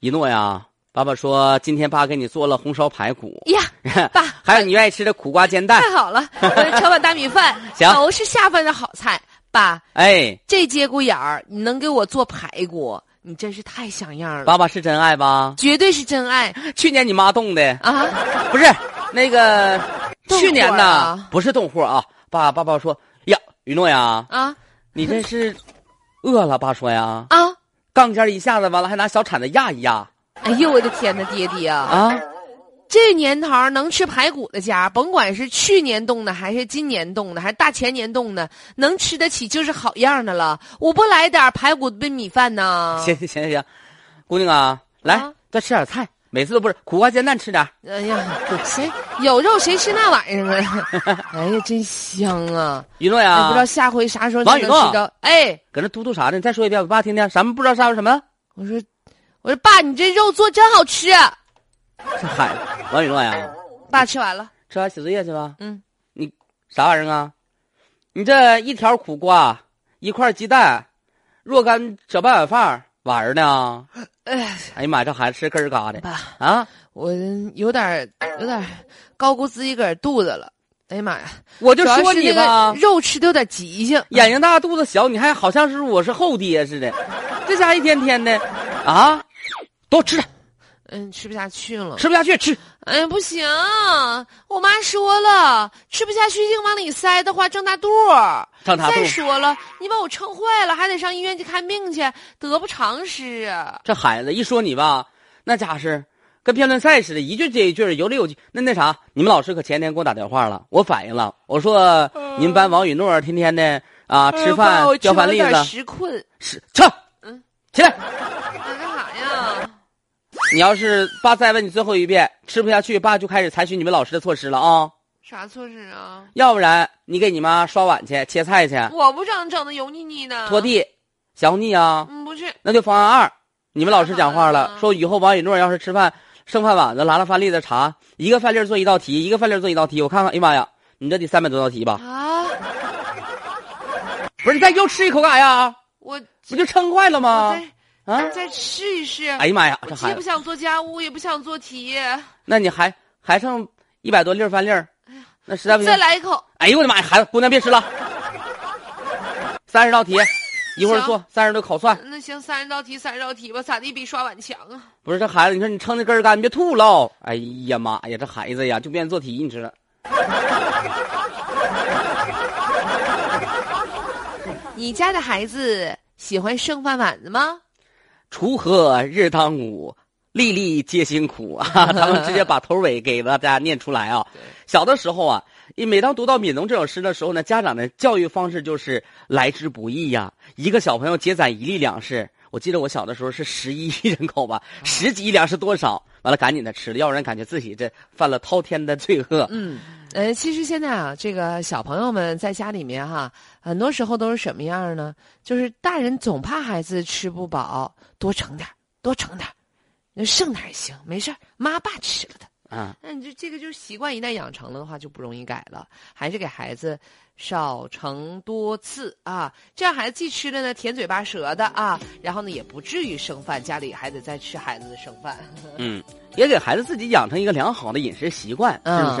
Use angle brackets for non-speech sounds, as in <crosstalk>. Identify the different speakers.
Speaker 1: 一诺呀，爸爸说今天爸给你做了红烧排骨，
Speaker 2: 呀，
Speaker 1: <laughs>
Speaker 2: 爸，
Speaker 1: 还有你愿意吃的苦瓜煎蛋。
Speaker 2: 太好了，呃炒碗大米饭
Speaker 1: <laughs> 行
Speaker 2: 都是下饭的好菜。爸，
Speaker 1: 哎，
Speaker 2: 这节骨眼儿你能给我做排骨，你真是太像样了，
Speaker 1: 爸爸是真爱吧？
Speaker 2: 绝对是真爱
Speaker 1: 去年你妈冻的，
Speaker 2: 啊！
Speaker 1: 不是那个
Speaker 2: 冻
Speaker 1: 去年
Speaker 2: 货
Speaker 1: 呢，
Speaker 2: 啊
Speaker 1: 不是冻货啊。爸，爸爸说呀，雨诺呀，
Speaker 2: 啊
Speaker 1: 你这是饿了？爸说呀，
Speaker 2: 啊！
Speaker 1: 杠尖一下子，完了还拿小铲子压一压
Speaker 2: 哎呦，我的天呐，爹爹啊！
Speaker 1: 啊。
Speaker 2: 这年头儿能吃排骨的家，甭管是去年冻的，还是今年冻的，还是大前年冻的，能吃得起就是好样的了。我不来点儿排骨炖米饭呢？
Speaker 1: 行行行行，姑娘啊，来、
Speaker 2: 啊
Speaker 1: 再吃点菜，每次都不是苦瓜煎蛋吃点儿。
Speaker 2: 哎呀，谁有肉谁吃那玩意
Speaker 1: <laughs>
Speaker 2: 儿啊？哎呀，真香啊！
Speaker 1: 雨诺
Speaker 2: 也
Speaker 1: 呀，
Speaker 2: 不知道下回啥时候
Speaker 1: 王
Speaker 2: 才
Speaker 1: 宇
Speaker 2: 能
Speaker 1: 诺
Speaker 2: 吃着。哎，
Speaker 1: 搁那嘟嘟啥呢？你再说一遍，我爸听听。咱们不知道啥有什么了。
Speaker 2: 我说，我说爸，你这肉做真好吃、啊。
Speaker 1: 这喊王雨诺呀，
Speaker 2: 爸吃完了，
Speaker 1: 吃完写作业去吧。
Speaker 2: 嗯，
Speaker 1: 啥玩意儿啊？你这一条苦瓜，一块鸡蛋，若干小半碗饭儿，玩儿
Speaker 2: <laughs>
Speaker 1: 呢？
Speaker 2: 哎，
Speaker 1: 哎呀妈呀，这孩子吃根儿嘎的
Speaker 2: 爸。
Speaker 1: 啊！
Speaker 2: 我有点儿有点儿高估自己个儿肚子了。哎呀妈呀！
Speaker 1: 我就
Speaker 2: 主要
Speaker 1: 说
Speaker 2: 是
Speaker 1: 你
Speaker 2: 那个
Speaker 1: 吧，
Speaker 2: 肉吃的有点急性。
Speaker 1: 眼睛大肚子小，你还好像是我是后爹似的，这家一天天的啊，多吃点，
Speaker 2: 嗯，吃不下去了。
Speaker 1: 吃不下去吃。
Speaker 2: 哎呀，不行，我妈说了，吃不下去硬往里塞的话胀大肚儿。
Speaker 1: 上他肚
Speaker 2: 再，说了，你把我撑坏了，还得上医院去看病去，得不偿失啊！
Speaker 1: 这孩子一说你吧，那家是跟辩论赛似的，一句接一句，有理有据。那那啥，你们老师可前天给我打电话了，我反映了，我说你们班王雨诺天天的啊吃
Speaker 2: 哎
Speaker 1: 饭
Speaker 2: 爸嗯我吃
Speaker 1: 掉
Speaker 2: 完
Speaker 1: 饭
Speaker 2: 有
Speaker 1: 粒
Speaker 2: 点
Speaker 1: 子，
Speaker 2: 实困，
Speaker 1: 吃吃
Speaker 2: 嗯，
Speaker 1: 起来。
Speaker 2: 啊干啥呀？
Speaker 1: 你要是爸再问你最后一遍，吃不下去，爸就开始采取你们老师的措施了啊！
Speaker 2: 啥措施啊？
Speaker 1: 要不然你给你妈刷碗去，切菜去，
Speaker 2: 我不整，整的油腻腻的。
Speaker 1: 啊拖。地，小腻啊！
Speaker 2: 嗯，不是，
Speaker 1: 那就方案二，你们老师讲话了，
Speaker 2: 啊
Speaker 1: 说以后王雨诺要是吃饭剩饭碗子拿了饭粒子查，一个饭粒儿做一道题，一个饭粒儿做一道题，我看看，哎呀妈呀，你这得三百多道题吧？
Speaker 2: 啊，
Speaker 1: 不是，你再又吃一口干啥呀？
Speaker 2: 我
Speaker 1: 不就撑坏了
Speaker 2: 我
Speaker 1: 吗？啊！
Speaker 2: 再再试一试。
Speaker 1: 哎呀妈呀，
Speaker 2: 我
Speaker 1: 这
Speaker 2: 既
Speaker 1: 孩
Speaker 2: 不
Speaker 1: 子，
Speaker 2: 想做家务，也不想做题，
Speaker 1: 那你还还剩一百多粒儿饭粒儿，
Speaker 2: 哎
Speaker 1: 那实在不行
Speaker 2: 再，来一口。
Speaker 1: 哎呦我的妈呀，孩子，姑娘别吃
Speaker 2: <laughs>
Speaker 1: 了，三十道题，一会儿做三十多口算，
Speaker 2: 那行，三十道题，三十道题吧，咋地比刷碗强啊？
Speaker 1: 不是这孩子，你说你撑的根儿干，你别吐喽！哎呀妈呀，这孩子呀就不愿意做题，你知道。
Speaker 2: 你家的孩子喜欢剩饭碗子吗？
Speaker 1: 锄禾日当午，粒粒皆辛苦啊！咱们直接把头尾给大家念出来啊。小的时候啊，一每当读到《悯农》这首诗的时候呢，家长的教育方式就是来之不易呀、一个小朋友节攒一粒粮食。我记得我小的时候是十一 <laughs> 亿人口吧，十几亿粮食多少？完了赶紧的吃了，要不然感觉自己这犯了滔天的罪恶。
Speaker 2: 嗯，呃，其实现在啊，这个小朋友们在家里面哈，很多时候都是什么样呢？就是大人总怕孩子吃不饱，多盛点儿，多盛点儿，那剩点儿也行，没事儿，妈爸吃了的。
Speaker 1: 啊，
Speaker 2: 那你就这个就是习惯，一旦养成了的话，就不容易改了。还是给孩子少盛多次啊，这样孩子既吃的呢甜嘴巴舌的啊，然后呢也不至于剩饭，家里还得再吃孩子的剩饭。
Speaker 1: 嗯，也给孩子自己养成一个良好的饮食习惯，是不是？
Speaker 2: 嗯